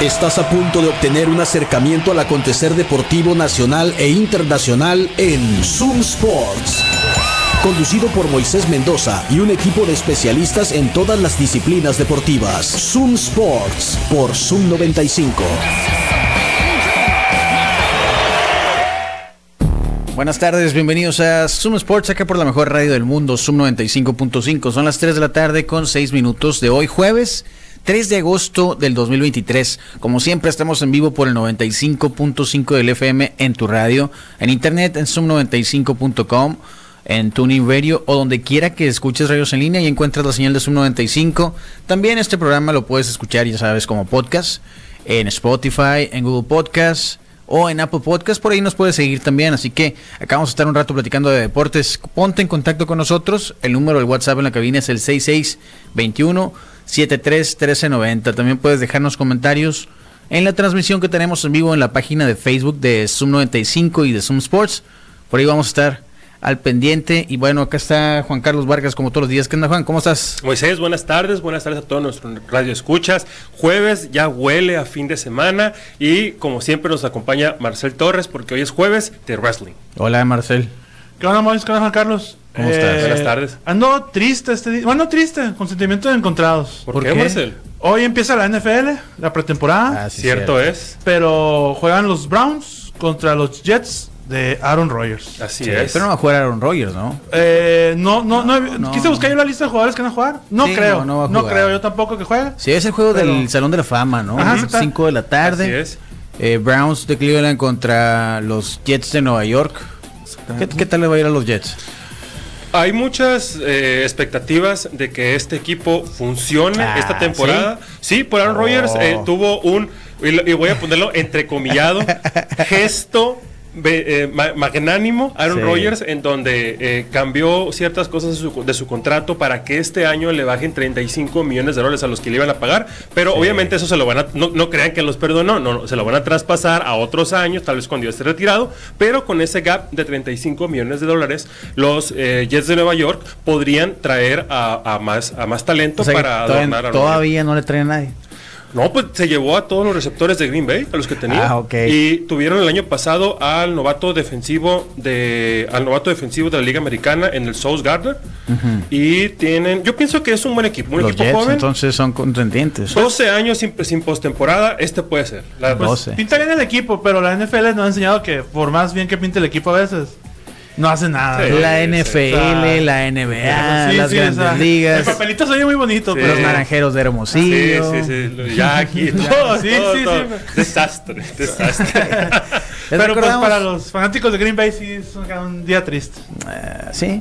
Estás a punto de obtener un acercamiento al acontecer deportivo nacional e internacional en Zoom Sports. Conducido por Moisés Mendoza y un equipo de especialistas en todas las disciplinas deportivas. Zoom Sports por Zoom 95. Buenas tardes, bienvenidos a Zoom Sports, acá por la mejor radio del mundo, Zoom 95.5. Son las 3 de la tarde con 6 minutos de hoy, jueves 3 de agosto del 2023. Como siempre, estamos en vivo por el 95.5 del FM en tu radio, en internet, en zoom95.com, en Tuning Radio o donde quiera que escuches radios en línea y encuentres la señal de Zoom 95. También este programa lo puedes escuchar, ya sabes, como podcast, en Spotify, en Google Podcasts o en Apple Podcast. Por ahí nos puedes seguir también. Así que acá vamos a estar un rato platicando de deportes. Ponte en contacto con nosotros. El número del WhatsApp en la cabina es el 6621 731390. También puedes dejarnos comentarios en la transmisión que tenemos en vivo en la página de Facebook de Zoom 95 y de Zoom Sports. Por ahí vamos a estar al pendiente. Y bueno, acá está Juan Carlos Vargas, como todos los días. ¿Qué onda, Juan? ¿Cómo estás? Moisés, buenas tardes, buenas tardes a todos nuestros radioescuchas. Jueves ya huele a fin de semana y como siempre nos acompaña Marcel Torres porque hoy es jueves de wrestling. Hola, Marcel. ¿Qué onda, Moisés? ¿Qué onda, Juan Carlos? Eh, ¿Cómo estás? Buenas tardes. Ando triste este día. Bueno, triste, con sentimientos encontrados. ¿Por, qué, Marcel? Hoy empieza la NFL, la pretemporada, Ah, sí, cierto, cierto. es. pero juegan los Browns contra los Jets de Aaron Rodgers. Así Sí, es. Pero no va a jugar Aaron Rodgers, ¿no? Eh, no, no, no, no. quise buscar yo la lista de jugadores que van a jugar. No Sí, creo, no, no, no va a jugar. creo yo tampoco que juegue. Sí, es el juego Pero- del Salón de la Fama, ¿no? Ajá, exacto. 5 de la Así tarde. es. Eh, Browns de Cleveland contra los Jets de Nueva York. ¿Qué, qué tal le va a ir a los Jets? Hay muchas eh, expectativas de que este equipo funcione Ah, esta temporada. Sí, por Aaron Oh. Rodgers eh, tuvo un, y, lo- y voy a ponerlo entrecomillado, gesto ve- eh, ma- magnánimo Aaron Sí. Rodgers en donde eh, cambió ciertas cosas de su, de su contrato para que este año le bajen 35 millones de dólares a los que le iban a pagar, pero obviamente eso se lo van a, no, no crean que los perdonó, no, no, se lo van a traspasar a otros años, tal vez cuando ya esté retirado, pero con ese gap de 35 millones de dólares, los eh, Jets de Nueva York podrían traer a, a más, a más talento O sea, que para adornar todavía, a Rodgers. todavía no le traen a nadie. No, pues se llevó a todos los receptores de Green Bay, a los que tenía. Ah, ok. Y tuvieron el año pasado al novato defensivo de al novato defensivo de la Liga Americana en el South Gardner. Y tienen, yo pienso que es un buen equipo, un los equipo Jets, joven. entonces, son contendientes. 12 años sin, sin postemporada, este puede ser. La- Pues, pues, No sé. Pinta bien el equipo, pero la NFL nos ha enseñado que por más bien que pinte el equipo a veces, no hace nada. Sí. Ah, La sí, NFL, sí. la NBA, Sí, Ah, las sí, grandes o sea, El ligas, papelito se oye muy bonito, Sí. pero los naranjeros de Ah, sí, Hermosillo. sí, sí, lo- ya aquí. No, todo, sí, todo, sí, todo. sí. Desastre, desastre. Les Pero pues recordamos- para los fanáticos de Green Bay sí es un, un día triste. Ah, sí.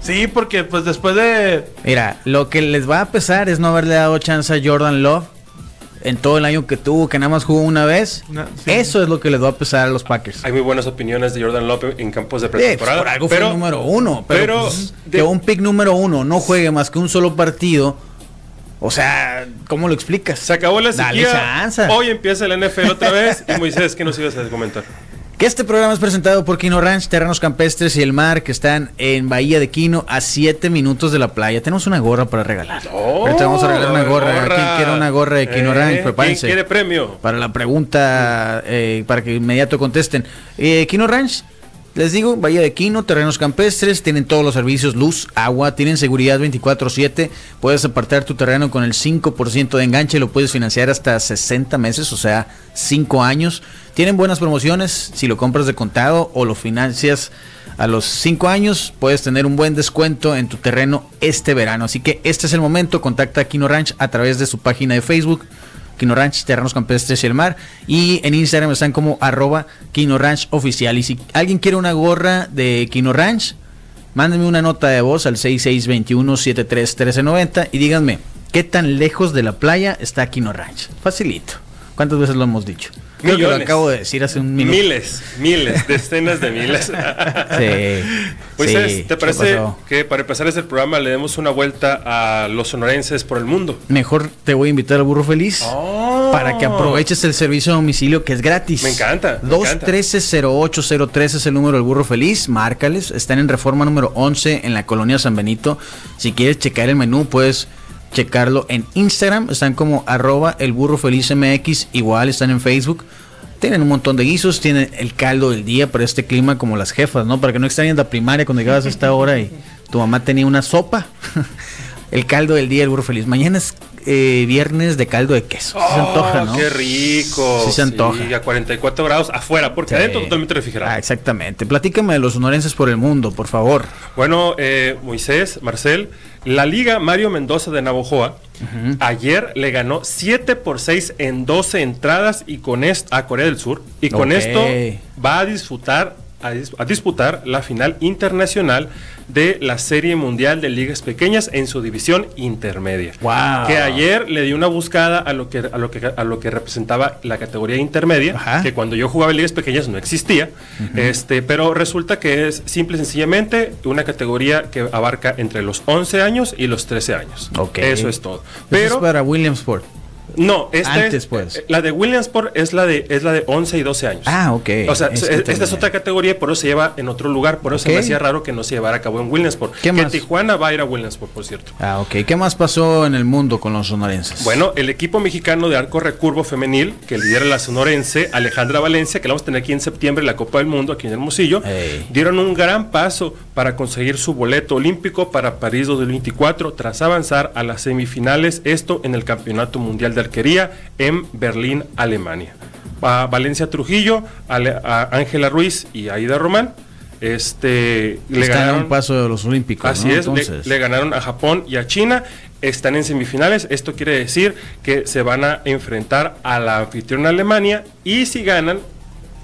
Sí, porque pues después de... Mira, lo que les va a pesar es no haberle dado chance a Jordan Love en todo el año que tuvo, que nada más jugó una vez. No, sí. Eso es lo que les va a pesar a los Packers. Hay muy buenas opiniones de Jordan López en campos de Sí, pues, pretemporada. por algo fue pero- el número uno. Pero, pero pues, de- que un pick número uno no juegue más que un solo partido. O sea, ¿cómo lo explicas? Se acabó la Dale sequía. chance. Hoy empieza la NFL otra vez. Y Moisés, ¿qué nos ibas a comentar? Que este programa es presentado por Quino Ranch, Terrenos Campestres y el Mar, que están en Bahía de Quino, a 7 minutos de la playa. Tenemos una gorra para regalar. Ahorita vamos a regalar una gorra. ¿Quién quiere una gorra de Quino Oh, Eh, Ranch? Prepárense. ¿Quién quiere premio? Para la pregunta, eh, para que inmediato contesten. Eh, Quino Ranch, les digo, Bahía de Quino, terrenos campestres, tienen todos los servicios, luz, agua, tienen seguridad 24/7, puedes apartar tu terreno con el 5% de enganche, lo puedes financiar hasta 60 meses, o sea, 5 años. Tienen buenas promociones, si lo compras de contado o lo financias a los 5 años, puedes tener un buen descuento en tu terreno este verano. Así que este es el momento, contacta a Quino Ranch a través de su página de Facebook. Quino Ranch, Terrenos Campestres y el Mar. Y en Instagram están como arroba Quino Ranch Oficial. Y si alguien quiere una gorra de Quino Ranch, mándenme una nota de voz al 6621-731390 y díganme, ¿qué tan lejos de la playa está Quino Ranch? Facilito. ¿Cuántas veces lo hemos dicho? Creo que lo Millones. acabo de decir hace un minuto. Miles, miles, decenas de miles. Sí. Moisés, sí. ¿te ¿Qué parece pasó? que para empezar este programa le demos una vuelta a los sonorenses por el mundo? Mejor te voy a invitar al burro feliz. Oh. Para que aproveches el servicio a domicilio que es gratis. Me encanta, me encanta. 213-0803 es el número del burro feliz. Márcales. Están en reforma número 11 en la colonia San Benito. Si quieres checar el menú, puedes checarlo en Instagram. Están como arroba el burro feliz MX, igual están en Facebook. Tienen un montón de guisos, tienen el caldo del día para este clima como las jefas, ¿no? Para que no extrañen la primaria cuando llegabas a esta hora y tu mamá tenía una sopa. el caldo del día, el burro feliz. Mañana es eh, viernes de caldo de queso. Sí se Oh, antoja, ¿no? Qué rico. Sí se antoja. Sí, a 44 grados afuera, porque Sí. adentro totalmente refrigerado. Ah, exactamente. Platícame de los sonorenses por el mundo, por favor. Bueno, eh, Moisés, Marcel, la Liga Mario Mendoza de Navojoa ayer le ganó 7 por 6 en 12 entradas y con est- a Corea del Sur. Y con Ok. esto va a disputar a, dis- a disputar la final internacional de la Serie Mundial de Ligas Pequeñas en su división intermedia. Wow. Que ayer le dio una buscada a lo que a lo que a lo que representaba la categoría intermedia, Ajá. que cuando yo jugaba en ligas pequeñas no existía. Este, pero resulta que es simple y sencillamente una categoría que abarca entre los 11 años y los 13 años. Ok. Eso es todo. Eso Pero es para Williamsport. no, esta Antes, es- eh, pues. la de Williamsport es la de es la de 11 y 12 años. Ah, ok. O sea, Es es- que esta es terminé. otra categoría y por eso se lleva en otro lugar, por eso se Ok. me hacía raro que no se llevara a cabo en Williamsport. ¿Qué que más? Tijuana va a ir a Williamsport, por cierto. Ah, ok. ¿Qué más pasó en el mundo con los sonorenses? Bueno, el equipo mexicano de arco recurvo femenil, que lidera la sonorense Alejandra Valencia, que la vamos a tener aquí en septiembre en la Copa del Mundo, aquí en Hermosillo, Ey. dieron un gran paso para conseguir su boleto olímpico para París 2024, tras avanzar a las semifinales, esto en el Campeonato Mundial de Arquería en Berlín, Alemania. A Valencia Trujillo, Ale- a Ángela Ruiz y Aida Román, este, le Están a ganaron un paso de los olímpicos. Así ¿no? es, le, Entonces. le ganaron a Japón y a China, están en semifinales, esto quiere decir que se van a enfrentar a la anfitriona Alemania y si ganan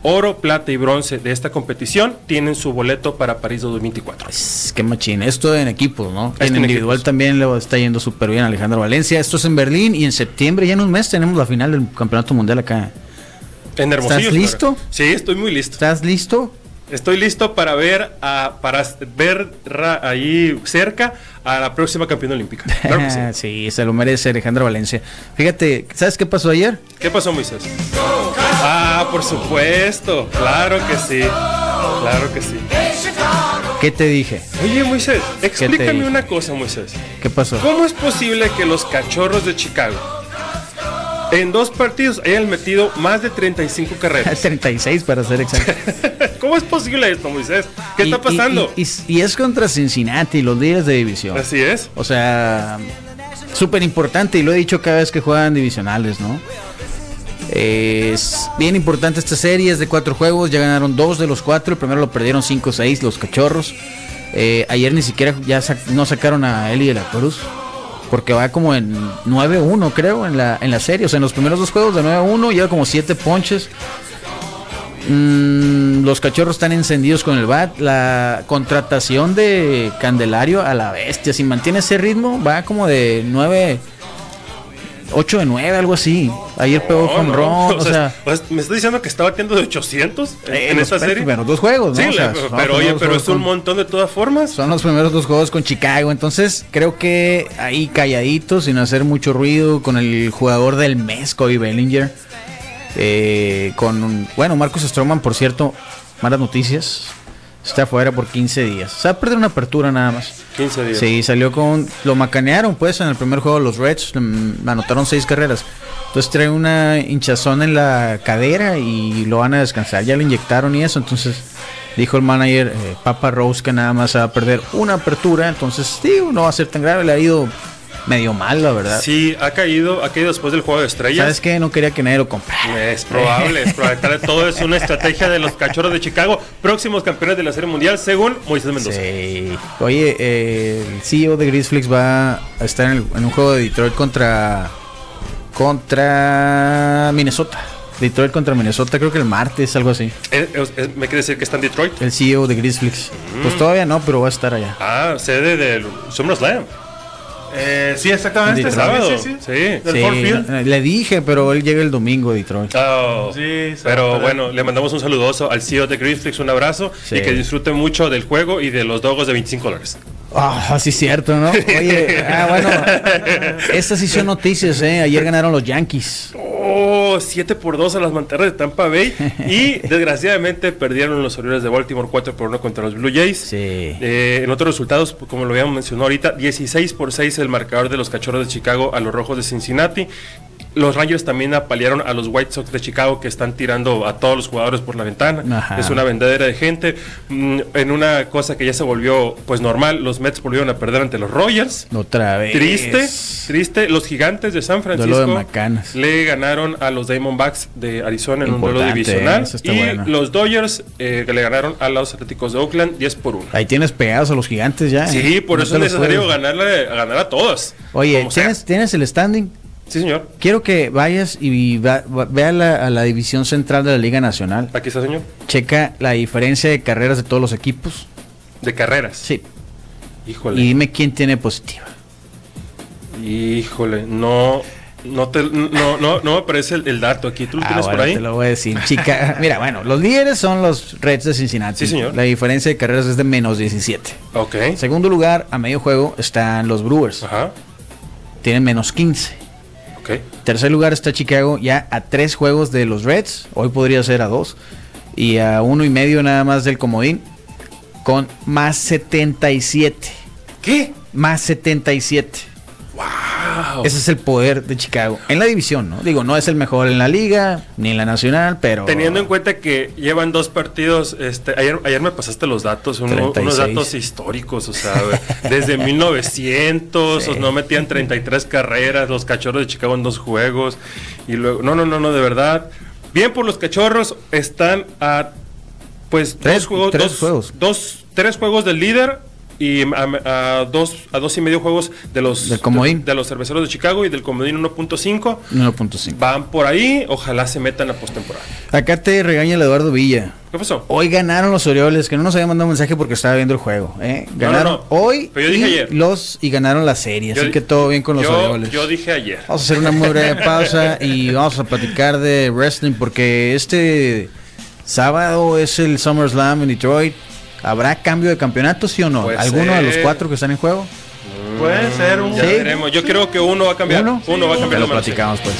oro, plata y bronce de esta competición, tienen su boleto para París 2024. Pss, Qué machín. Esto en equipos, ¿no? Esto en en individual equipos. también le está yendo súper bien a Alejandro Valencia. Esto es en Berlín y en septiembre, ya en un mes, tenemos la final del Campeonato Mundial acá. En Hermosillo. ¿Estás claro. listo? Sí, estoy muy listo. ¿Estás listo? Estoy listo para ver a, para ver ra- ahí cerca a la próxima campeona olímpica. Claro que sí. sí, se lo merece Alejandro Valencia. Fíjate, ¿sabes qué pasó ayer? ¿Qué pasó, Moisés? Ah, por supuesto, claro que sí. Claro que sí. ¿Qué te dije? Oye, Moisés, te explícame dije? una cosa, Moisés. ¿Qué pasó? ¿Cómo es posible que los cachorros de Chicago en dos partidos hayan metido más de 35 carreras? 36 para ser exacto. ¿Cómo es posible esto, Moisés? ¿Qué Y- está y- pasando? Y, y- y es contra Cincinnati, los líderes de división. Así es. O sea, súper importante y lo he dicho cada vez que juegan divisionales, ¿no? Es bien importante esta serie, es de cuatro juegos, ya ganaron dos de los cuatro, el primero lo perdieron 5-6 los cachorros. Eh, ayer ni siquiera ya sac- no sacaron a Eli de la Cruz, porque va como en 9-1 creo en la, en la serie, o sea, en los primeros dos juegos de 9-1 lleva como siete ponches. Mm, los cachorros están encendidos con el bat. La contratación de Candelario a la bestia. Si mantiene ese ritmo, va como de 9, 8 de 9, algo así. Ayer pegó No, con no, Ron. Oh, O sea, o sea, ¿me estás diciendo que está batiendo de 800 en, eh, en los esta pe- serie? primeros dos juegos, ¿no? Sí, O sea, la- son los pero oye, primeros pero juegos es un con- montón de todas formas. Son los primeros dos juegos con Chicago. Entonces, creo que ahí calladitos, sin hacer mucho ruido, con el jugador del mes, Cody Bellinger. Eh, con, un- bueno, Marcos Stroman, por cierto, malas noticias. Está fuera por 15 días. Se va a perder una apertura nada más. 15 días. Sí, salió con. Lo macanearon, pues, en el primer juego los Reds. mm, Anotaron seis carreras. Entonces trae una hinchazón en la cadera y lo van a descansar. Ya le inyectaron y eso. Entonces dijo el manager eh, Papa Rose que nada más se va a perder una apertura. Entonces, digo, no va a ser tan grave. Le ha ido medio mal, la verdad. Sí, ha caído, ha caído después del juego de estrellas. ¿Sabes qué? No quería que nadie lo comprara. Es probable, es probable. Tal vez Todo es una estrategia de los cachorros de Chicago, próximos campeones de la Serie Mundial, según Moisés Mendoza. Sí. Oye, eh, el CEO de Grizzlies va a estar en, el- en un juego de Detroit contra contra Minnesota. Detroit contra Minnesota, creo que el martes, algo así. Eh, eh, eh, ¿Me quiere decir que está en Detroit? El CEO de Grizzlies. Mm. Pues todavía no, pero va a estar allá. Ah, sede del SummerSlam. Eh, sí, exactamente. Del sí, sábado. Sí, sí, Sí. Del Sí, Ford Field. no, le dije, pero él llega el domingo a Detroit. Oh, Sí, se va a pero perder. bueno, le mandamos un saludoso al CEO de Grifflix, un abrazo Sí. y que disfrute mucho del juego y de los dogos de 25 dólares. Ah, sí es cierto, ¿no? Oye, ah, bueno. Estas sí son noticias, ¿eh? Ayer ganaron los Yankees. oh, 7 por 2 a las Mantarrayas de Tampa Bay. Y desgraciadamente perdieron los Orioles de Baltimore 4 por 1 contra los Blue Jays. Sí. Eh, en otros resultados, como lo habíamos mencionado ahorita, 16 por 6 el marcador de los Cachorros de Chicago a los Rojos de Cincinnati. Los Rangers también apalearon a los White Sox de Chicago que están tirando a todos los jugadores por la ventana. Ajá. Es una vendedera de gente. Mm, en una cosa que ya se volvió pues normal, los Mets volvieron a perder ante los Rogers. Otra vez. Triste, triste. Los gigantes de San Francisco Duelo de macanas. le ganaron a los Diamondbacks de Arizona en un duelo Importante, divisional. eso está Y bueno. los Dodgers eh, que le ganaron a los Atléticos de Oakland 10 por 1. Ahí tienes pegados a los gigantes ya. Sí, ¿eh? por No eso te es los necesario juegues. ganarle, ganar a todos. Oye, como sea. ¿tienes, ¿tienes el standing? Sí, señor. Quiero que vayas y va- va- vea la- a la división central de la Liga Nacional. Aquí está, señor. Checa la diferencia de carreras de todos los equipos. De carreras. Sí. Híjole. Y dime quién tiene positiva. Híjole, no. No, te, no, no, no me aparece el, el dato aquí. ¿Tú lo Ah, tienes bueno, por ahí? Te lo voy a decir, chica. Mira, bueno, los líderes son los Reds de Cincinnati. Sí, señor. La diferencia de carreras es de menos 17. Ok. En segundo lugar, a medio juego, están los Brewers. Ajá. Tienen menos 15. Ok. Tercer lugar está Chicago, ya a tres juegos de los Reds. Hoy podría ser a dos. Y a uno y medio nada más del comodín. Con más 77. ¿Qué? Más 77. ¡Wow! Ese es el poder de Chicago. En la división, ¿no? Digo, no es el mejor en la liga, ni en la nacional, pero... Oh. Teniendo en cuenta que llevan dos partidos, este, ayer, ayer me pasaste los datos, uno- 36. unos datos históricos, o sea, a ver, desde 1900, Sí. no metían 33 carreras, los cachorros de Chicago en dos juegos, y luego, no, no, no, no, de verdad. Bien por los cachorros, están a, pues, Tres- dos juegos, tres dos, juegos. dos- tres juegos del líder. Y a, a dos, a dos y medio juegos de los, Del comodín. de, de los cerveceros de Chicago y del comodín 1.5. 1.5. Van por ahí, ojalá se metan a postemporada. Acá te regaña el Eduardo Villa. ¿Qué pasó? Hoy ganaron los Orioles, que no nos había mandado un mensaje porque estaba viendo el juego. ¿eh? No, no, Ganaron no. hoy Pero yo dije y ayer. los y ganaron la serie, así Yo- que todo bien con los yo- Orioles. Yo dije ayer. Vamos a hacer una muy breve pausa y vamos a platicar de wrestling porque este sábado es el SummerSlam en Detroit. ¿Habrá cambio de campeonato, sí o no? Puede ¿Alguno de los ser. cuatro que están en juego? Puede mm, ser un. Ya Sí. veremos. Yo creo que uno va a cambiar. ¿Uno? Uno, va a Ya cambiar. lo la mano, sí. platicamos pues.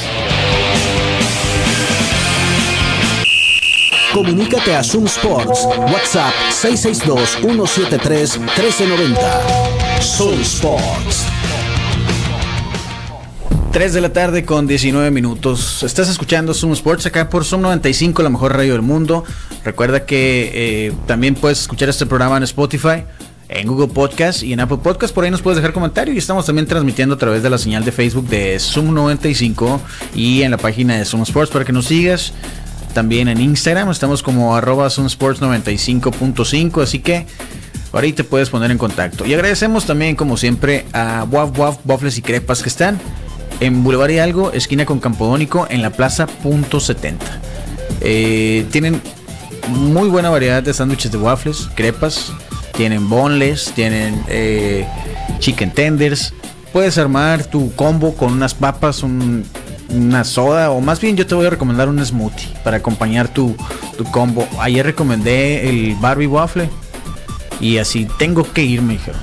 Comunícate a Zoom Sports. WhatsApp 662-173-1390. Zoom Sports. 3 de la tarde con 19 minutos. Estás escuchando Zoom Sports acá por Zoom 95, la mejor radio del mundo. Recuerda que eh, también puedes escuchar este programa en Spotify, en Google Podcast y en Apple Podcast. Por ahí nos puedes dejar comentario y estamos también transmitiendo a través de la señal de Facebook de Zoom 95 y en la página de Zoom Sports para que nos sigas. También en Instagram estamos como arroba Zoom Sports 95.5, así que Ahorita te puedes poner en contacto. Y agradecemos también, como siempre, a Waf Waf Waffles y Crepas que están en Boulevard Hidalgo, esquina con Campodónico, en la plaza punto 70. Eh, tienen muy buena variedad de sándwiches de waffles, crepas, tienen bonles, tienen eh, chicken tenders. Puedes armar tu combo con unas papas, un- una soda o más bien yo te voy a recomendar un smoothie para acompañar tu, tu combo. Ayer recomendé el Barbie Waffle. Y así, tengo que irme, dijeron.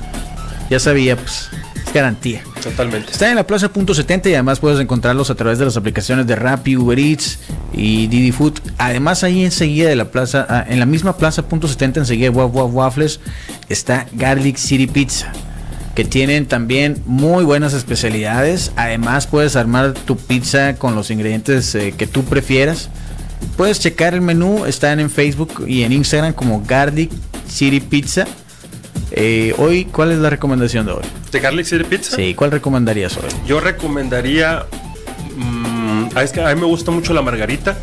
Ya sabía, pues, es garantía. Totalmente. Está en la plaza punto 70 y además puedes encontrarlos a través de las aplicaciones de Rappi, Uber Eats y Didi Food. Además, ahí enseguida de la plaza, ah, en la misma plaza punto 70, enseguida de Waf Waf Waffles, está Garlic City Pizza. Que tienen también muy buenas especialidades. Además, puedes armar tu pizza con los ingredientes eh, que tú prefieras. Puedes checar el menú, están en Facebook y en Instagram como Garlic City Pizza. Eh, hoy, ¿cuál es la recomendación de hoy? ¿De Garlic City Pizza? Sí, ¿cuál recomendarías hoy? Yo recomendaría. mm, ah, es que a mí me gusta mucho la margarita.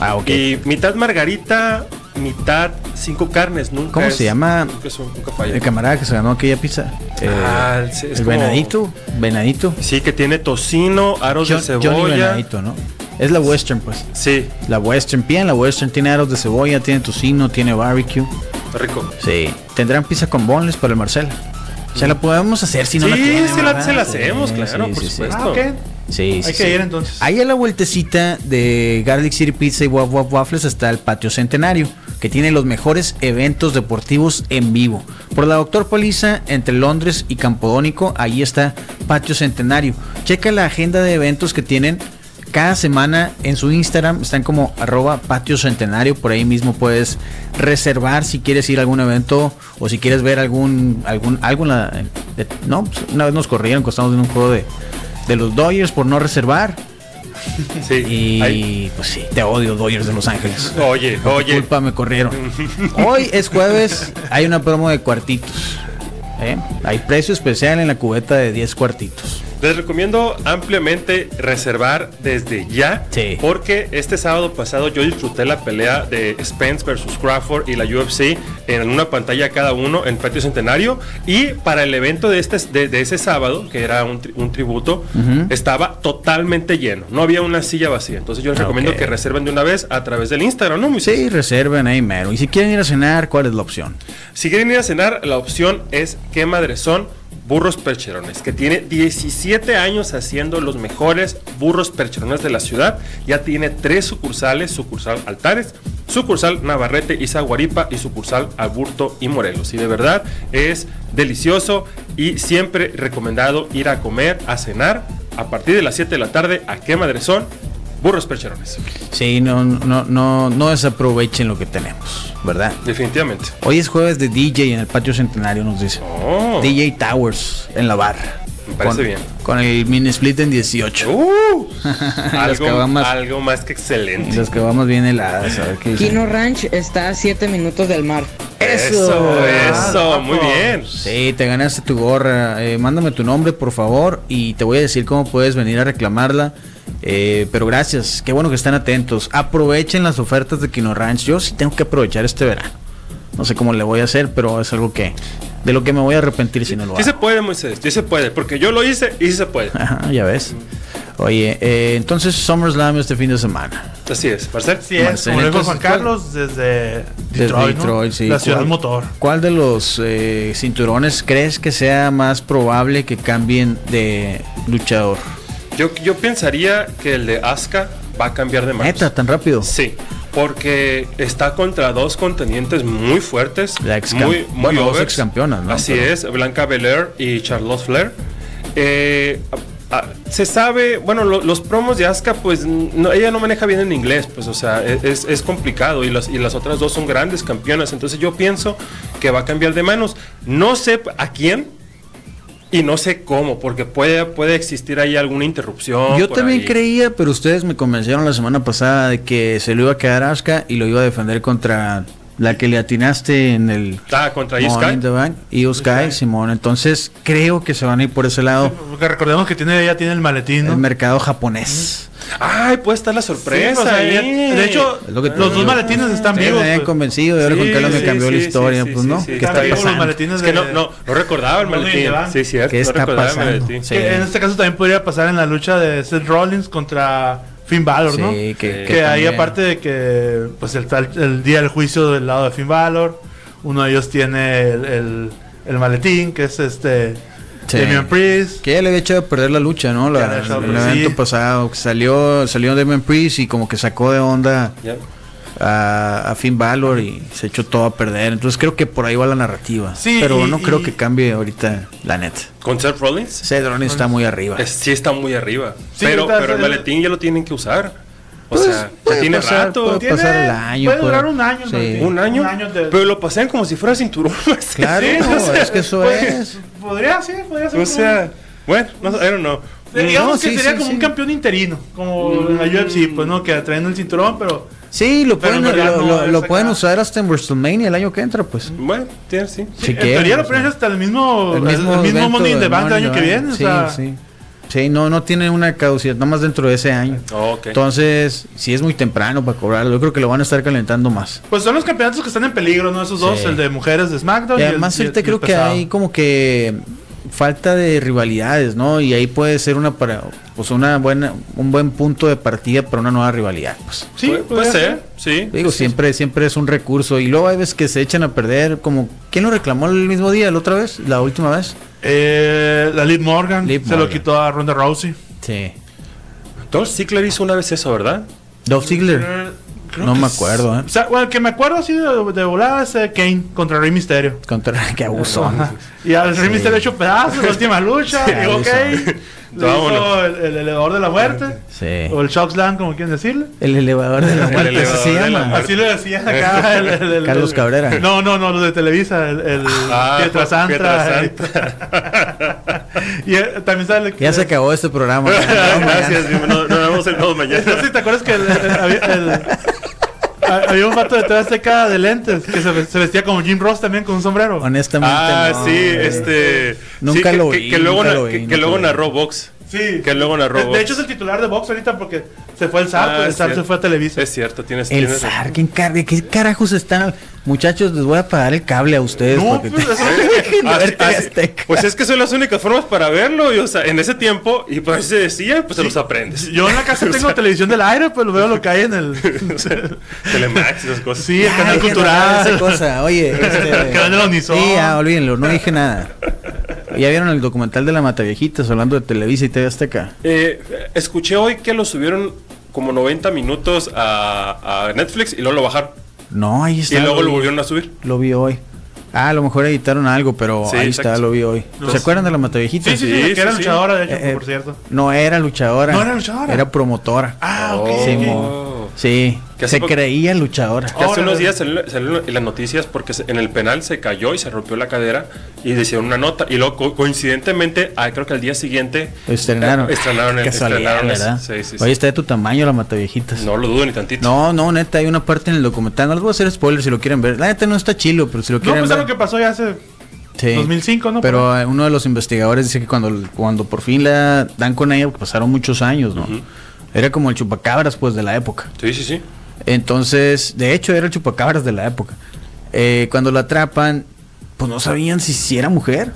Ah, ok. Y mitad margarita, mitad cinco carnes. Nunca ¿Cómo es- se llama? Nunca, es- nunca falla. El camarada que se ganó aquella pizza. eh, Ah, el- sí, es el como- venadito. Venadito. Sí, que tiene tocino, aros John- de cebolla. Johnny Venadito, ¿no? Es la western, pues. Sí, La western bien, la western tiene aros de cebolla, tiene tocino, tiene barbecue. está rico. Sí. Tendrán pizza con bonles para el Marcela. Se la podemos hacer si no sí, la tiene, se, la, ¿verdad? se la hacemos, Sí, claro, sí, por sí, sí. supuesto. Ah, ok. Sí, sí, Hay que sí. ir entonces. Ahí a la vueltecita de Garlic City Pizza y Waf Waf Waffles está el Patio Centenario, que tiene los mejores eventos deportivos en vivo. Por la Doctor Poliza, entre Londres y Campodónico, ahí está Patio Centenario. Checa la agenda de eventos que tienen cada semana en su Instagram están como arroba patio centenario. Por ahí mismo puedes reservar si quieres ir a algún evento o si quieres ver algún, algún, alguna, de- no, pues, una vez nos corrieron, costamos en un juego de, de los Dodgers por no reservar. Sí, Y ahí. pues sí, te odio, Dodgers de Los Ángeles. Oye, Por tu oye. culpa me corrieron. Hoy es jueves, hay una promo de cuartitos. ¿eh? Hay precio especial en la cubeta de 10 cuartitos. Les recomiendo ampliamente reservar desde ya, Sí. porque este sábado pasado yo disfruté la pelea de Spence versus Crawford y la UFC en una pantalla cada uno en Patio Centenario. Y para el evento de, este, de, de ese sábado, que era un, tri- un tributo, estaba totalmente lleno. No había una silla vacía. Entonces yo les recomiendo Ah, Ok. que reserven de una vez a través del Instagram, ¿no? muchachos? Sí, reserven ahí mero. Y si quieren ir a cenar, ¿cuál es la opción? Si quieren ir a cenar, la opción es qué madres son burros percherones, que tiene 17 años haciendo los mejores burros percherones de la ciudad. Ya tiene tres sucursales, sucursal Altares, sucursal Navarrete y Zaguaripa y sucursal Aburto y Morelos. Y de verdad es delicioso y siempre recomendado ir a comer, a cenar a partir de las 7 de la tarde a qué madres son burros percherones. Sí, no, no, no, no desaprovechen lo que tenemos, ¿verdad? Definitivamente. Hoy es jueves de DJ en el patio centenario, nos dice. Oh. DJ Towers en la barra. Me parece con, bien. Con el mini split en 18. ¡Uh! Las algo, caguamas. algo más que Y excelente. los que vamos bien heladas, a ver qué dicen. Kino Ranch está a 7 minutos del mar. Eso, eso, Ah, muy guapo. bien. Sí, te ganaste tu gorra. Eh, mándame tu nombre, por favor, y te voy a decir cómo puedes venir a reclamarla. Eh, pero gracias, qué bueno que están atentos. Aprovechen las ofertas de Kino Ranch. Yo sí tengo que aprovechar este verano. No sé cómo le voy a hacer, pero es algo que de lo que me voy a arrepentir si no lo Sí se hago. puede, Moisés, sí se puede, porque yo lo hice y sí se puede. Ajá, ya ves. Oye, eh, entonces SummerSlam este fin de semana. Así es, Marcel. Sí, es, Marcelo, como lo dijo entonces, Juan Carlos, desde Desde Detroit, ¿no? Detroit, sí. La ciudad ¿Cuál- motor. ¿Cuál de los eh, cinturones crees que sea más probable que cambien de luchador? Yo, yo pensaría que el de Asuka va a cambiar de manos. Neta, tan rápido. Sí, porque está contra dos contenientes muy fuertes. La ex cam- muy, muy bueno, dos overs. ex campeonas, ¿no? Así Pero- es, Blanca Belair y Charlotte Flair. Eh, a- a- se sabe, bueno, lo- los promos de Asuka, pues n- no, ella no maneja bien el inglés, pues, o sea, e- es, es complicado y las, y las otras dos son grandes campeonas, entonces yo pienso que va a cambiar de manos. No sé a quién y no sé cómo, porque puede, puede existir ahí alguna interrupción. Yo Oh, por también ahí. creía, pero ustedes me convencieron la semana pasada de que se lo iba a quedar Asuka y lo iba a defender contra la que le atinaste en el Ah, contra Money Asuka. in the Bank, Io Sky, Simón. Entonces creo que se van a ir por ese lado Porque recordemos que tiene, ella tiene el el maletín, ¿no? mercado japonés. Ay, puede estar la Sí, sorpresa. o sea, pues, ahí. ella- de hecho, Es lo que te los digo. dos maletines están Ustedes vivos. me habían pues. convencido y ahora con Sí, Carlos me sí, cambió la sí, historia, sí, pues sí, no. sí, ¿Qué sí. está Están vivos los pasando? maletines Es que de- no, no, no recordaba el Los de maletín. Iván. Sí, cierto. ¿Qué no está recordaba el pasando? maletín. Sí. Que en este caso también podría pasar en la lucha de Seth Rollins contra Finn Balor, Sí, ¿no? que- que que ahí también- aparte de que pues el, tal- el día del juicio del lado de Finn Balor, uno de ellos tiene el, el- el maletín, que es este Sí. Damian Priest. Que ya le había echado a perder la lucha, ¿no? La- Ya le había echado a el perder, evento sí. pasado. que Salió, salió Demon Priest y como que sacó de onda Ya. a, a Finn Balor y se echó todo a perder. Entonces creo que por ahí va la narrativa. Sí, pero y- no y- creo que cambie ahorita la net. ¿Con Seth Rollins? Cedron está muy arriba. Es- sí está muy arriba. Sí, pero, está- pero el maletín ya lo tienen que usar. O sea, ya Pues, puede tiene pasar, rato. puede tiene pasar el año. puede durar un año el Sí. maletín. ¿Un año? Un año de- Pero lo pasean como si fuera cinturón. así, Claro, sí, o sea, es que eso Pues, es. Podría ser, podría ser. O sea, bueno, no, sé, I don't know. Mm, como- digamos Eh, no, que sí, sería sí, como sí. un campeón interino, como en la UFC, pues no, que traen el cinturón, pero Sí, lo Pero pueden, en realidad lo, no lo- es lo acá. pueden usar hasta en WrestleMania el año que entra, pues. Bueno, tiene, sí. Si en quieren, teoría o lo sea. pones hasta el mismo, el mismo, evento Money in the del Bank del año que Money in viene. the o sea, Bank, Sí, sí. Sí, no, no tiene una caducidad, nomás dentro de ese año. Oh, Ok. Entonces, si es muy temprano para cobrarlo, yo creo que lo van a estar calentando más. Pues son los campeonatos que están en peligro, ¿no? Esos dos, Sí. el de mujeres de SmackDown. Y el- además el- ahorita el creo que pesado. hay como que falta de rivalidades, ¿no? Y ahí puede ser una para pues una buena un buen punto de partida para una nueva rivalidad, pues. Sí, puede, puede podría ser, sí. Digo, siempre siempre es un recurso y luego hay veces que se echan a perder como ¿quién lo reclamó el mismo día la otra vez? La última vez? Eh, la Liv Morgan Liv se lo Morgan. quitó a Ronda Rousey. Sí. Dolph Ziggler hizo una vez eso, ¿verdad? Dolph Ziggler. Eh, Creo no que me es- acuerdo, ¿eh? O sea, bueno, el que me acuerdo así de, de volada es eh, Kane contra Rey Misterio. Contra, qué abuso. Ajá. Y al Rey Misterio hecho pedazos, la última lucha. Sí, llegó eso. Kane. le hizo Vámonos. el, el elevador de la muerte. Sí. O el Shocksland, como quieren decirle. El elevador de la muerte, así elevador se de la llama. muerte. Así lo decían acá el, el- el- Carlos el- Cabrera. No, no, no, los de Televisa, el, el Ah, Pietrasanta. Pietrasanta. y eh, también sale. Ya se acabó este programa. Gracias, no, no, nos vemos el- nos mañana. No sé si te acuerdas que el- el- el- el- ha- había un vato de TV Azteca de lentes que se, ve- se vestía como Jim Ross también con un sombrero. Honestamente. Ah, no, sí, güey. este. Nunca sí, lo que, vi, que luego, nunca na- lo vi, que- que nunca luego lo vi. narró Box. Sí. Que luego narró De, de Vox. hecho es el titular de Vox ahorita porque se fue el SAP, Ah, el es SAP se cierto. fue a Televisa. Es cierto, tienes. El tienes razón. zar, ¿qué, encar- qué carajos están? Muchachos, les voy a pagar el cable a ustedes. No, porque- pues, eso es- Dejen de Ah, ver sí, ah, TV sí. Azteca. Pues es que son las únicas formas para verlo. Y, o sea, en ese tiempo, y pues así se decía, pues se los aprendes. Yo en la casa tengo televisión del aire, pues lo veo lo que hay en O el. sea, Telemax y esas cosas. Sí, el canal Ay, qué raro esa cultural. cosa. Oye, este, El canal de la Unison. Sí, ah, olvídenlo, no dije nada. Ya vieron el documental de la Mataviejitas hablando de Televisa y TV Azteca. Eh, escuché hoy que lo subieron como 90 minutos a, a Netflix y luego lo bajaron. No, ahí Y está. luego lo vi- volvieron a subir. Lo vi hoy. Ah, a lo mejor editaron algo, pero Sí, ahí exacto. está, lo vi hoy. ¿Se Los- acuerdan de la Mataviejitas? Sí, sí, sí, Sí, que sí, era sí. luchadora, de hecho, Eh, eh, por cierto. No era luchadora. No era luchadora. Era promotora. Ah, ok. Oh. Sí, ok. mo- sí, Que se hace po- creía luchadora. Que hace Órale. unos días salió, salió en las noticias porque se- en el penal se cayó y se rompió la cadera y hicieron una nota. Y luego co- coincidentemente, ah, creo que al día siguiente Estrenaron. eh, estrenaron el Casualidad, estrenaron ese. ¿verdad? Sí, sí, sí. Oye, está de tu tamaño la Mataviejitas. No lo dudo ni tantito. No, no, neta, hay una parte en el documental. No les voy a hacer spoiler si lo quieren ver. La neta no está chilo, pero si lo No, quieren pues es ver. lo que pasó ya hace. Sí. 2005, ¿no? Pero eh, uno de los investigadores dice que cuando, cuando por fin la dan con ella, pasaron muchos años, ¿no? Era como el chupacabras, pues, de la época. Sí, sí, sí. Entonces, de hecho, era el chupacabras de la época. Eh, cuando la atrapan, pues no sabían si, si era mujer.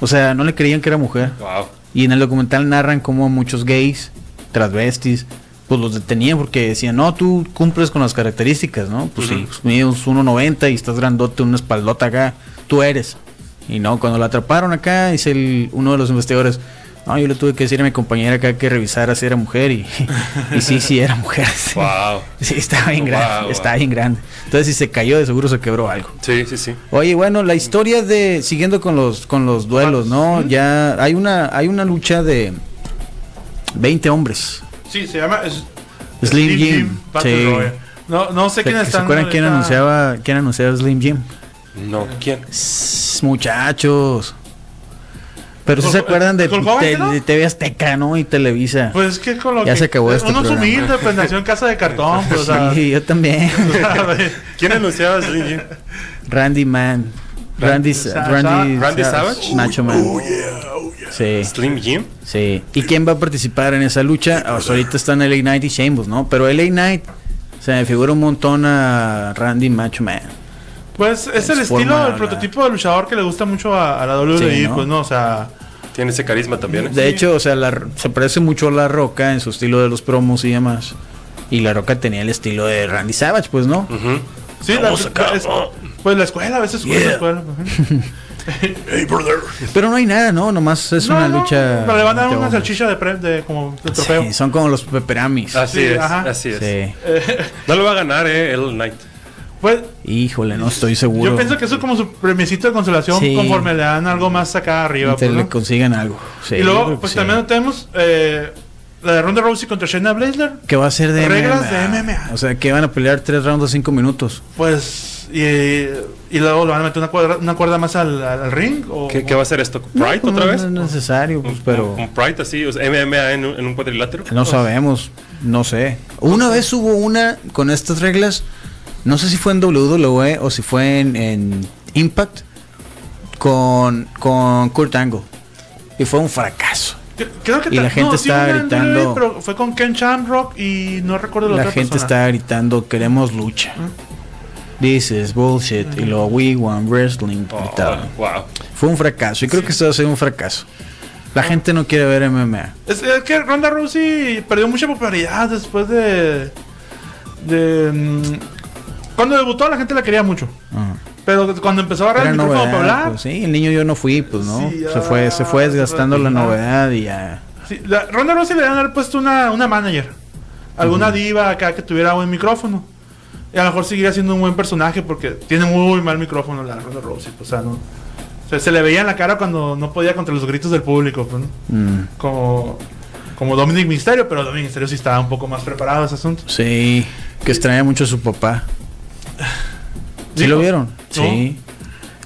O sea, no le creían que era mujer. Wow. Y en el documental narran cómo muchos gays, transvestis, pues los detenían porque decían, no, tú cumples con las características, ¿no? Pues sí, Ujú. pues, mides 1.90 y estás grandote, una espaldota acá, tú eres. Y no, cuando la atraparon acá, dice el- uno de los investigadores, no, yo le tuve que decir a mi compañera acá que revisara si era mujer y, y sí, sí era mujer. Sí. Wow. Sí, está bien Wow, grande, wow. está bien grande. Entonces, si se cayó, de seguro se quebró algo. Sí, sí, sí. Oye, bueno, la historia de siguiendo con los con los duelos, ¿no? Ya hay una hay una lucha de 20 hombres. Sí, se llama. es- Slim Slim Jim, Jim, Battle sí. Royale. No, no sé ¿Se, quién se está. acuerdan quién anunciaba quién anunciaba Slim Jim? No, ¿quién? Sss, Muchachos. Pero si se Hulk- acuerdan de, Hulk Hogan, te- ¿no? de TV Azteca, ¿no? Y Televisa. Pues es que con lo Ya que. se acabó eh, este Uno es programa. humilde, pues nació en casa de cartón, pues, o sea. sí, yo también. o sea, ¿Quién anunciaba Slim Jim? Randy Man. Randy, Randy Sa- Sa- Randy, Randy Sa- Savage? Macho Man. Sí. ¿Slim Jim? Sí. ¿Y quién va a participar en esa lucha? Ah, pues ahorita están LA Knight y Sheamus, ¿no? Pero LA Knight se me figura un montón a Randy Macho Man. Pues es el Transforma estilo, el la- prototipo de luchador que le gusta mucho a, a la WWE, Sí, ¿no? pues no, o sea. Tiene ese carisma también. ¿eh? De hecho, o sea, la- se parece mucho a La Roca en su estilo de los promos y demás. Y La Roca tenía el estilo de Randy Savage, pues, ¿no? Ujú. Sí, la, es- pues la escuela, a veces pues, la escuela. ujú. Pero no hay nada, ¿no? Nomás es No, una no, lucha... Pero le van a dar entre una hombres. salchicha de, pre, de, como, de trofeo. Sí, son como los peperamis. Así Sí, es, ajá. así es. Sí. No lo va a ganar, eh, el Knight. Pues Híjole, no estoy seguro. yo pienso que eso es como su premisito de consolación Sí. conforme le dan algo más acá arriba. Te pues, le ¿no? consigan algo. Sí, Y yo creo luego, que pues sí. también tenemos eh, la de Ronda Rousey contra Shayna Blazer. ¿Qué va a ser de Reglas MMA? de MMA. O sea, que van a pelear tres rounds de cinco minutos. Pues, y, y luego le van a meter una cuerda, una cuerda más al, al- al ring. O, ¿Qué, qué va a ser esto? ¿Pride No, otra no, vez? No es necesario, pues, pero Un, un Pride así, o sea, MMA en un, en un cuadrilátero. no sabemos, no sé. Una vez hubo una con estas reglas, no sé si fue en WWE o si fue en, en Impact con, con Kurt Angle. Y fue un fracaso. Cre- Creo que Y la ta- gente sí, estaba una en WWE, gritando. pero fue con Ken Shamrock y no recuerdo la, La otra gente persona. está gritando, queremos lucha. This is bullshit. Y lo we want wrestling. Oh, gritaba. wow. Fue un fracaso. Y creo que esto va a ser un fracaso. La gente no quiere ver MMA. Es, es que Ronda Rousey perdió mucha popularidad después de. de mm, cuando debutó, la gente la quería mucho. Ajá. Pero cuando empezó a Era agarrar el micrófono novedad, para hablar. pues, sí, el niño yo no fui, pues no. Sí, se fue, se ya, fue se fue desgastando la desgastando. novedad y ya. sí, la- Ronda Rousey le deben haber puesto una, una manager. Alguna diva acá que tuviera buen micrófono. Y a lo mejor seguiría siendo un buen personaje porque tiene muy mal micrófono la Ronda Rousey. pues, o sea, no. o sea, se le veía en la cara cuando no podía contra los gritos del público. pues, ¿no? Mm. Como, como Dominic Misterio, pero Dominic Misterio sí estaba un poco más preparado a ese asunto. Sí, que extraña mucho a su papá. ¿Sí Dijo, lo vieron? ¿no? Sí.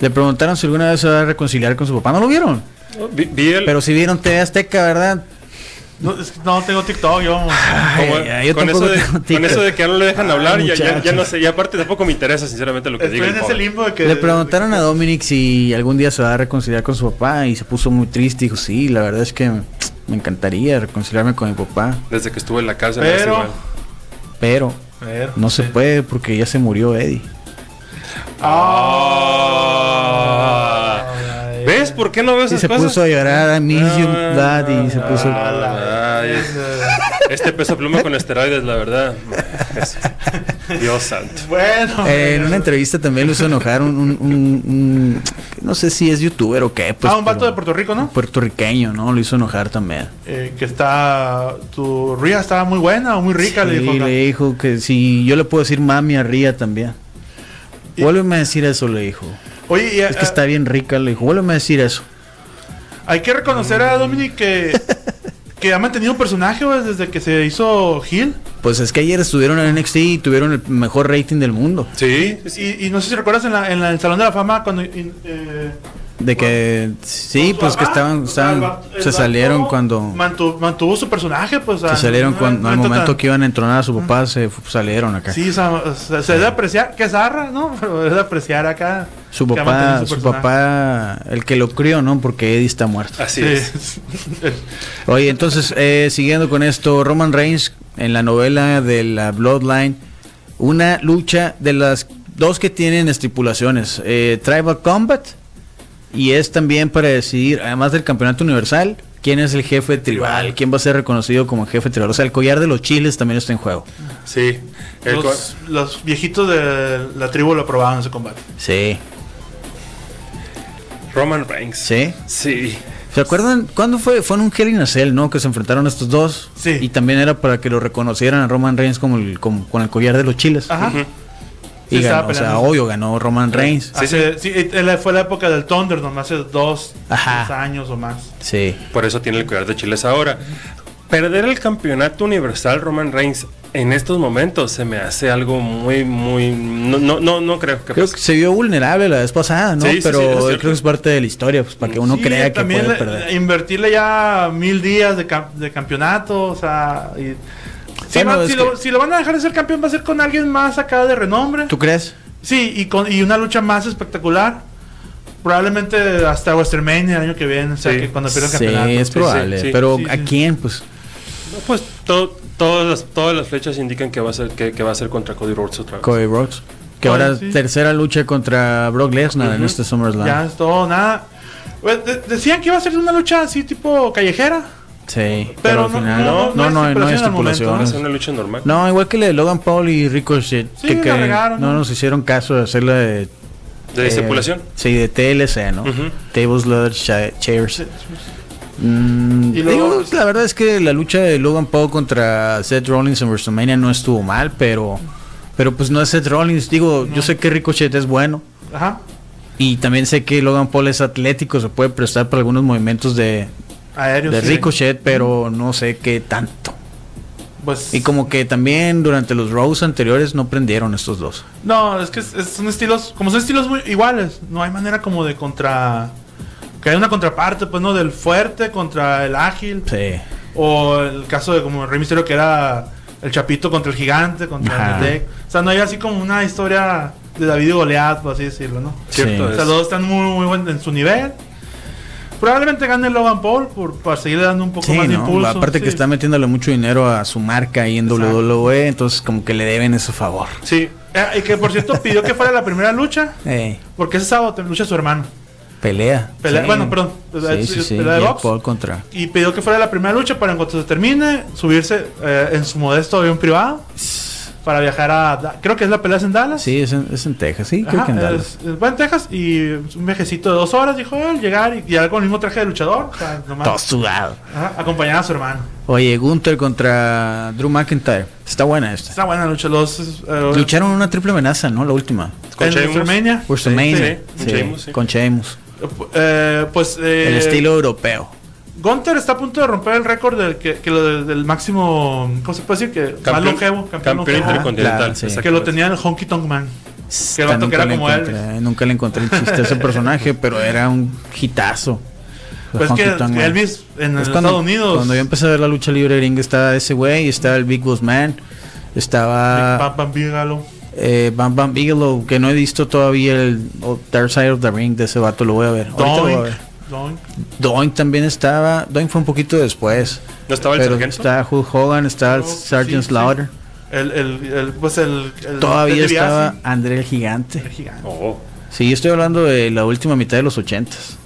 Le preguntaron si alguna vez se va a reconciliar con su papá. No lo vieron. Vi, vi el- Pero sí vieron TV Azteca, ¿verdad? No, es que no tengo TikTok, yo. como- Ay, ay, yo con, eso tampoco de, tengo con eso de que ya no le dejan Ay, hablar, ya, ya, ya muchacho. no sé. Y aparte tampoco me interesa, sinceramente, lo que Estoy diga. el en ese pobre. limbo de que. Le preguntaron a Dominic si algún día se va a reconciliar con su papá y se puso muy triste. Dijo, sí, la verdad es que me encantaría reconciliarme con mi papá. Desde que estuve en la cárcel. me Pero- hace igual. Pero Pero- no se puede porque ya se murió Eddie. Ah. Ay, ¿Ves por qué no ves Y esas se cosas? puso a llorar, I miss you, Ah, daddy. y se puso... ah, la- ay, es- este peso pluma con esteroides, la verdad. Es- Dios santo. Bueno. pues, Eh, en una entrevista también lo hizo enojar un, un- un- un- no sé si es youtuber o qué. pues, ah, un vato pero- de Puerto Rico, ¿no? Puertorriqueño, ¿no? Lo hizo enojar también. Eh, que está. Tu ría estaba muy buena o muy rica, Sí, le dijo. acá. le dijo que si yo le puedo decir mami a Ría también. Y- Vuélveme a decir eso, le dijo. Oye, y, Es que ah, está bien rica, le dijo. Vuélveme a decir eso. hay que reconocer a Dominic que. que ha mantenido un personaje, güey, desde que se hizo Gil. Pues es que ayer estuvieron en NXT y tuvieron el mejor rating del mundo. Sí, sí, sí. Y, y no sé si recuerdas en, la- en la- el Salón de la Fama cuando. in- eh, De que sí, con su pues que mamá, estaban, o sea, el estaban vato- el se salieron vato cuando mantu- mantuvo su personaje, pues. se salieron cuando al momento que iban a entronar a su papá se fu- salieron acá. Sí, o sea, o sea, se debe apreciar, que es arra, ¿no? Pero es de apreciar acá. Su que ha mantenido papá, su personaje. papá, el que lo crió, ¿no? Porque Eddie está muerto. Así es. Sí. Oye, entonces, eh, siguiendo con esto, Roman Reigns en la novela de la Bloodline, una lucha de las dos que tienen estipulaciones, eh, Tribal Combat, y es también para decidir, además del Campeonato Universal, quién es el jefe tribal, quién va a ser reconocido como jefe tribal. O sea, el collar de los chiles también está en juego. Sí. El cua- Los, los viejitos de la tribu lo aprobaban ese combate. Sí. Roman Reigns. Sí. Sí. ¿Se acuerdan cuándo fue? Fue en un Hell in a Cell, ¿no? Que se enfrentaron estos dos. Sí. Y también era para que lo reconocieran a Roman Reigns como, el- como- con el collar de los chiles. Ajá. Y Sí, ganó, estaba o sea, peleando. obvio ganó Roman Reigns. Hace- sí, eh, la- fue la época del Thunderdome, hace dos, Ajá. tres años o más. Sí. Por eso tiene el cuidado de chiles ahora. Perder el campeonato universal Roman Reigns en estos momentos se me hace algo muy, muy. No, no, no, no creo que Creo pase. que se vio vulnerable la vez pasada, ¿no? Sí, sí, Pero sí, es creo cierto. que es parte de la historia, pues para que uno Sí, crea que también puede le- perder. Invertirle ya mil días de, cam- de campeonato, o sea. y- si, Bueno, va- es si lo, que- si lo van a dejar de ser campeón, va a ser con alguien más acá de renombre. ¿Tú crees? Sí, y, con, y una lucha más espectacular. Probablemente hasta WrestleMania el año que viene, o sea, Sí. que cuando pierda el Sí, campeonato. es probable. sí, sí. Pero Sí, ¿a sí. quién? Pues Pues to- todas, las, todas las flechas indican que va a ser, que, que va a ser contra Cody Rhodes otra vez. Cody Rhodes. Que Cody, ahora sí. tercera lucha contra Brock Lesnar en este SummerSlam. Ya es todo, nada. Pues, de- decían que iba a ser una lucha así tipo callejera. Sí. Pero, Pero al no- final. no- No, no no, hay no, hay- no hay estipulación al momento, Va a estipulaciones. ser una lucha normal. No, igual que la de Logan Paul y Ricochet. Sí, que la que regaron, no ¿no? nos hicieron caso de hacer la de. De eh, estipulación. Sí, de TLC, ¿no? Ujú. Tables, Leather, Chairs. Mm, Y luego- digo, la verdad es que la lucha de Logan Paul contra Seth Rollins en WrestleMania no estuvo mal, pero. Pero pues no es Seth Rollins. Digo, yo sé que Ricochet es bueno. Ajá. Y también sé que Logan Paul es atlético, se puede prestar para algunos movimientos de, Aéreo. de sí. Ricochet, pero no sé qué tanto. Pues, Y como que también durante los rows anteriores no prendieron estos dos. No, es que es- es- son estilos. Como son estilos muy iguales. No hay manera como de contra. Que hay una contraparte, pues, ¿no? Del fuerte contra el ágil. Sí. O el caso de como Rey Misterio, que era el Chapito contra el Gigante, Ajá. contra el Tech. O sea, no hay así como una historia de David y Goliat, por así decirlo, ¿no? Cierto Sí. O es. sea, los dos están muy, muy buen en su nivel. Probablemente gane Logan Paul por, para seguirle dando un poco Sí, más de ¿no? impulso. aparte que sí. está metiéndole mucho dinero a su marca ahí en Exacto. WWE, entonces como que le deben ese favor. Sí. Eh, y que por cierto pidió que fuera la primera lucha, Ey, porque ese sábado te- lucha su hermano. pelea. Pelea- bueno, perdón, Sí, eh, sí, sí, pelea de Jake box. Paul contra. Y pidió que fuera la primera lucha para en cuanto se termine, subirse eh, en su modesto avión privado para viajar a. Da- Creo que es la pelea es en Dallas. Sí, es en, es en Texas, sí, creo Ajá, que en es- Dallas. es- va en Texas y un viajecito de dos horas, dijo él, llegar y llegar con el mismo traje de luchador. o sea, nomás. Todo sudado. Ajá, acompañado a su hermano. Oye, Gunther contra Drew McIntyre. Está buena esta. Está buena lucha. Los, eh, Lucharon una triple amenaza, ¿no? La última. en Sheamus. WrestleMania. WrestleMania. sí, Sí, con Sheamus, sí. Con Sheamus. Eh, pues. eh, El estilo europeo. Gunther está a punto de romper el récord del, que, que lo del- del máximo. ¿Cómo se puede decir? Que más longevo, campeón campeón longevo. intercontinental. claro, sí. Ajá, exacto. Que lo tenía el Honky Tonk Man. Que el vato que Nunca era le como encontré- Elvis. Nunca le encontré el chiste a ese personaje, pero era un hitazo. Pues Honky que Tonk Man. Elvis en Es cuando- Estados Unidos. Cuando yo empecé a ver la lucha libre gringa, estaba ese güey, estaba el Big Guzmán, estaba. Bam Bam Bigelow. Eh, Bam Bam Bigelow, que no he visto todavía el o- Dark Side of the Ring de ese vato, lo voy a ver. Ahorita lo voy a Doink. ver. Doink. Doink también estaba. Doink fue un poquito después. ¿No estaba el pero sargento? estaba Hulk Hogan, estaba el Oh, Sergeant sí, sí. Slaughter. El, el, el, pues el, el- Todavía el DiBiase, estaba André el Gigante. el gigante. Oh. Sí, estoy hablando de la última mitad de los ochentas.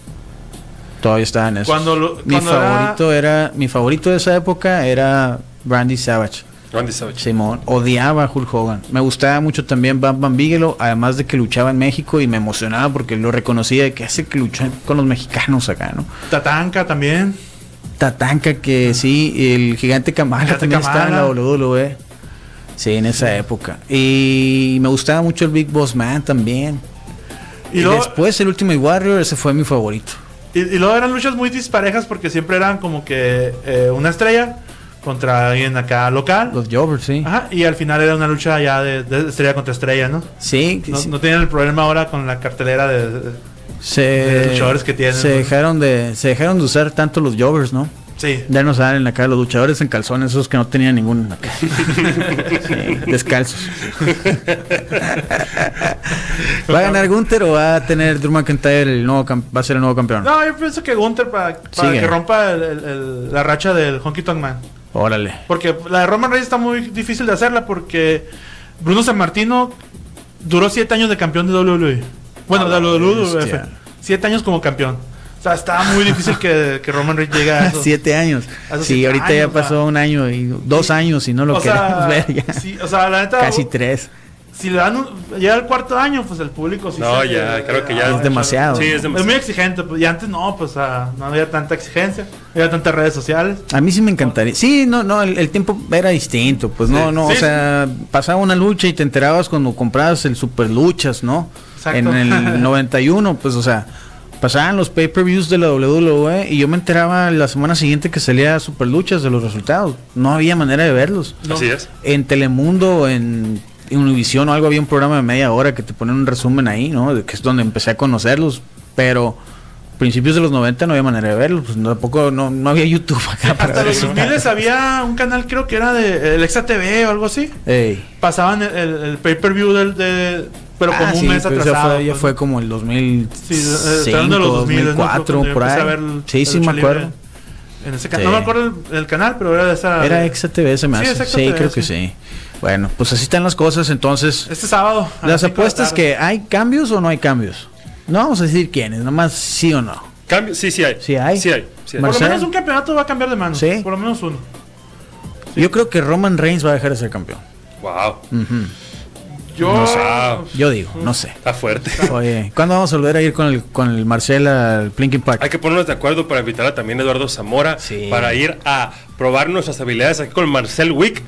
Todavía estaban esos. Cuando lo- mi cuando favorito era, mi favorito de esa época era Brandy Savage. Randy Savage. Simón odiaba a Hulk Hogan. Me gustaba mucho también Bam Bam Bigelow, además de que luchaba en México y me emocionaba porque lo reconocía de que hace que luchó con los mexicanos acá, ¿no? Tatanka también. Tatanka que sí, el gigante Kamala Gigante también estaba en la Kamala. WWE. Sí, en esa época. Y me gustaba mucho el Big Boss Man también. Y, Y, luego, después el último Warrior, ese fue mi favorito. y, y luego eran luchas muy disparejas porque siempre eran como que eh, una estrella contra alguien acá local. Los Jobbers, sí. Ajá, y al final era una lucha ya de, de estrella contra estrella, ¿no? Sí, que No, sí, no tienen el problema ahora con la cartelera de... de- se, de luchadores que tienen, se ¿no? dejaron de se dejaron de usar tanto los Jobbers, ¿no? sí. Ya nos salen acá los luchadores en calzones, esos que no tenían ninguno acá. Sí, descalzos. ¿Va a ganar Gunther o va a tener Drew McIntyre el nuevo cam- va a ser el nuevo campeón? No, yo pienso que Gunther para, para Sigue. que rompa el- el- el- la racha del Honky Tonk Man. Órale. Porque la de Roman Reigns está muy difícil de hacerla porque Bruno San Martino duró siete años de campeón de WWE. Bueno, de WWF. Ah, bestia. Siete años como campeón. O sea, está muy difícil que, que Roman Reigns llegue a eso. Ah, siete años. Hace Sí, siete ahorita ya años, pasó va. un año y dos años y no lo o, queremos sea, ver ya. sí, o sea, la neta, Casi uh, tres. si le dan un- ya el cuarto año, pues el público sí No, se- ya, creo que ya- Es demasiado. Sí, es Es muy demasiado. exigente, pues, y antes no, pues ah, no había tanta exigencia, no había tantas redes sociales. A mí sí me encantaría. Sí, no, no, el, el tiempo era distinto. Pues no, Sí, no, sí, o sea, pasaba una lucha y te enterabas cuando comprabas el Super Luchas, ¿no? Exacto. En el 91, pues, o sea, pasaban los pay-per-views de la WWE y yo me enteraba la semana siguiente que salía Super Luchas de los resultados. No había manera de verlos. Así es. en Telemundo o en Univisión o algo había un programa de media hora que te ponen un resumen ahí, ¿no? De que es donde empecé a conocerlos, pero principios de los 90 no había manera de verlos, pues tampoco no, no había YouTube acá para Hasta ver los eso. 2000 había un canal, creo que era de el Exa TV o algo así. Ey. Pasaban el, el- el pay-per-view del de, pero como Ah, un sí, mes pero eso atrasado. fue, ya pues, fue como el 2005, Sí, eh, hablando de los 2000, ¿no? Fue 2004, cuando yo por empecé ahí. a ver el- sí, la sí, me lucha libre. acuerdo. en ese can- Sí. No me acuerdo el, el canal, pero era de esa. Era Exa TV, se me Sí, hace. Exa Sí, TV, creo que sí. sí. Bueno, pues así están las cosas, entonces. Este sábado. a Las cinco de la apuestas tarde. que hay cambios o no hay cambios. No vamos a decir quiénes, nomás sí o no. Cambio, sí, sí hay. Sí hay. Sí hay. sí hay. Por lo Marcel. menos un campeonato va a cambiar de mano. Sí. Por lo menos uno. Yo creo que Roman Reigns va a dejar de ser campeón. Wow. Yo. No sé. Yo digo, no sé. Está fuerte. Oye, ¿cuándo vamos a volver a ir con el, con el Marcel al Plinking Hay Park? que ponernos de acuerdo para invitar a también Eduardo Zamora Sí. para ir a probar nuestras habilidades aquí con Marcel Wick.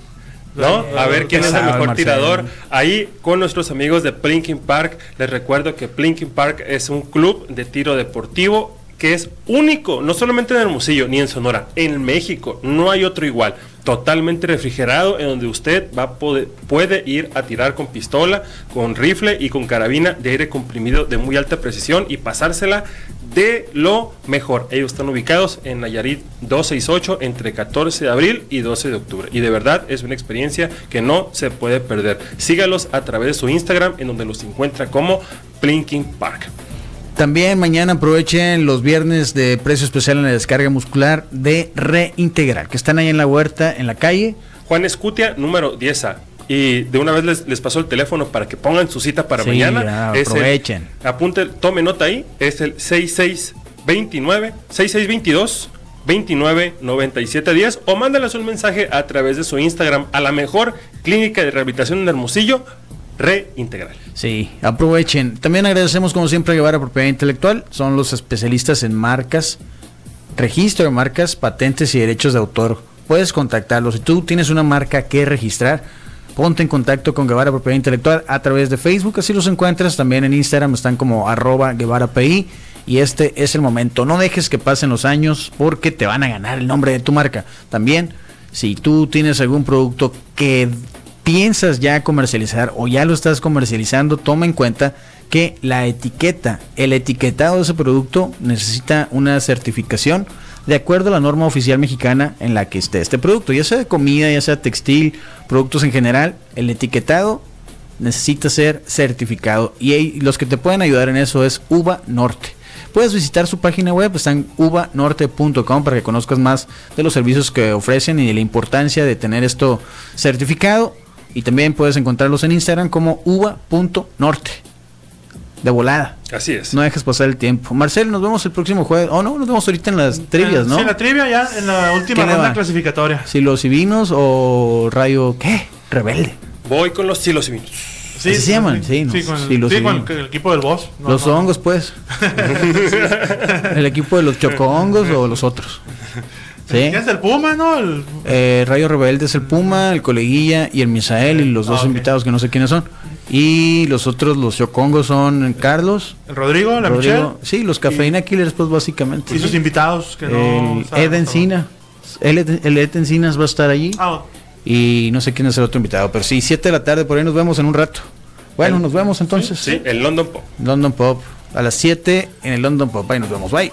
¿No? A ver quién es el sabe, mejor Marcel. tirador. Ahí con nuestros amigos de Plinking Park. Les recuerdo que Plinking Park es un club de tiro deportivo que es único, no solamente en Hermosillo ni en Sonora, en México. No hay otro igual. Totalmente refrigerado, en donde usted va a poder, puede ir a tirar con pistola, con rifle y con carabina de aire comprimido de muy alta precisión y pasársela de lo mejor. Ellos están ubicados en Nayarit 268 entre 14 de abril y 12 de octubre. Y de verdad es una experiencia que no se puede perder. Sígalos a través de su Instagram en donde los encuentra como Plinking Park. También mañana aprovechen los viernes de precio especial en la descarga muscular de Reintegral, que están ahí en la huerta, en la calle. Juan Escutia, número 10A. Y de una vez les, les pasó el teléfono para que pongan su cita para Sí, mañana. ya, Es el- aprovechen. apunte, tome nota ahí. Es el 6629, 6622. 29 97 10 o mándales un mensaje a través de su Instagram. A lo mejor Clínica de Rehabilitación de Hermosillo, Reintegral. Sí, aprovechen. También agradecemos como siempre a Guevara Propiedad Intelectual. Son los especialistas en marcas, registro de marcas, patentes y derechos de autor. Puedes contactarlos. Si tú tienes una marca que registrar, ponte en contacto con Guevara Propiedad Intelectual a través de Facebook. Así los encuentras. También en Instagram están como arroba Guevara PI. Y este es el momento. No dejes que pasen los años porque te van a ganar el nombre de tu marca. También, si tú tienes algún producto que piensas ya comercializar o ya lo estás comercializando, toma en cuenta que la etiqueta, el etiquetado de ese producto necesita una certificación de acuerdo a la norma oficial mexicana en la que esté este producto, ya sea de comida, ya sea textil, productos en general, el etiquetado necesita ser certificado y ahí los que te pueden ayudar en eso es Uva Norte. Puedes visitar su página web, está en uvanorte.com para que conozcas más de los servicios que ofrecen y de la importancia de tener esto certificado. Y también puedes encontrarlos en Instagram como uva.norte. De volada. Así es. No dejes pasar el tiempo. Marcel, nos vemos el próximo jueves. Oh, no, nos vemos ahorita en las trivias, ¿no? Ah, Sí, en la trivia ya en la última ¿Qué le ronda va? clasificatoria. Si los civinos o Rayo, ¿qué? Rebelde. Voy con los silos y vinos. ¿Así se llaman? Sí, no, sí, con, sí, el, los sí, con seguimos. el equipo del boss. No, los no. hongos, pues. el equipo de los chocohongos o los otros. ¿Sí? ¿Quién es el Puma, no? El- Eh, Rayo Rebelde es el Puma, el Coleguilla y el Misael y los Ah, dos ok. invitados que no sé quiénes son. Y los otros, los Chocongos son Carlos, el Rodrigo, la Rodrigo, Michelle sí, los Cafeína Killers, pues básicamente. y sus invitados que no. el saben. Ed Encina, el, Ed- el Ed Encinas va a estar allí Ah, y no sé quién es el otro invitado, pero sí, 7 de la tarde, por ahí nos vemos en un rato. Bueno, nos vemos entonces. Sí, el London Pop. London Pop, a las 7 en el London Pop, ahí nos vemos, bye.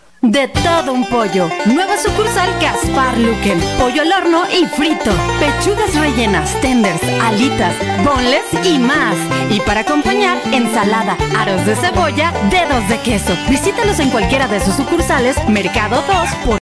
De todo un pollo. Nueva sucursal Gaspar Luquen. Pollo al horno y frito. Pechugas rellenas, tenders, alitas, bonles y más. Y para acompañar, ensalada, aros de cebolla, dedos de queso. Visítalos en cualquiera de sus sucursales, Mercado 2 por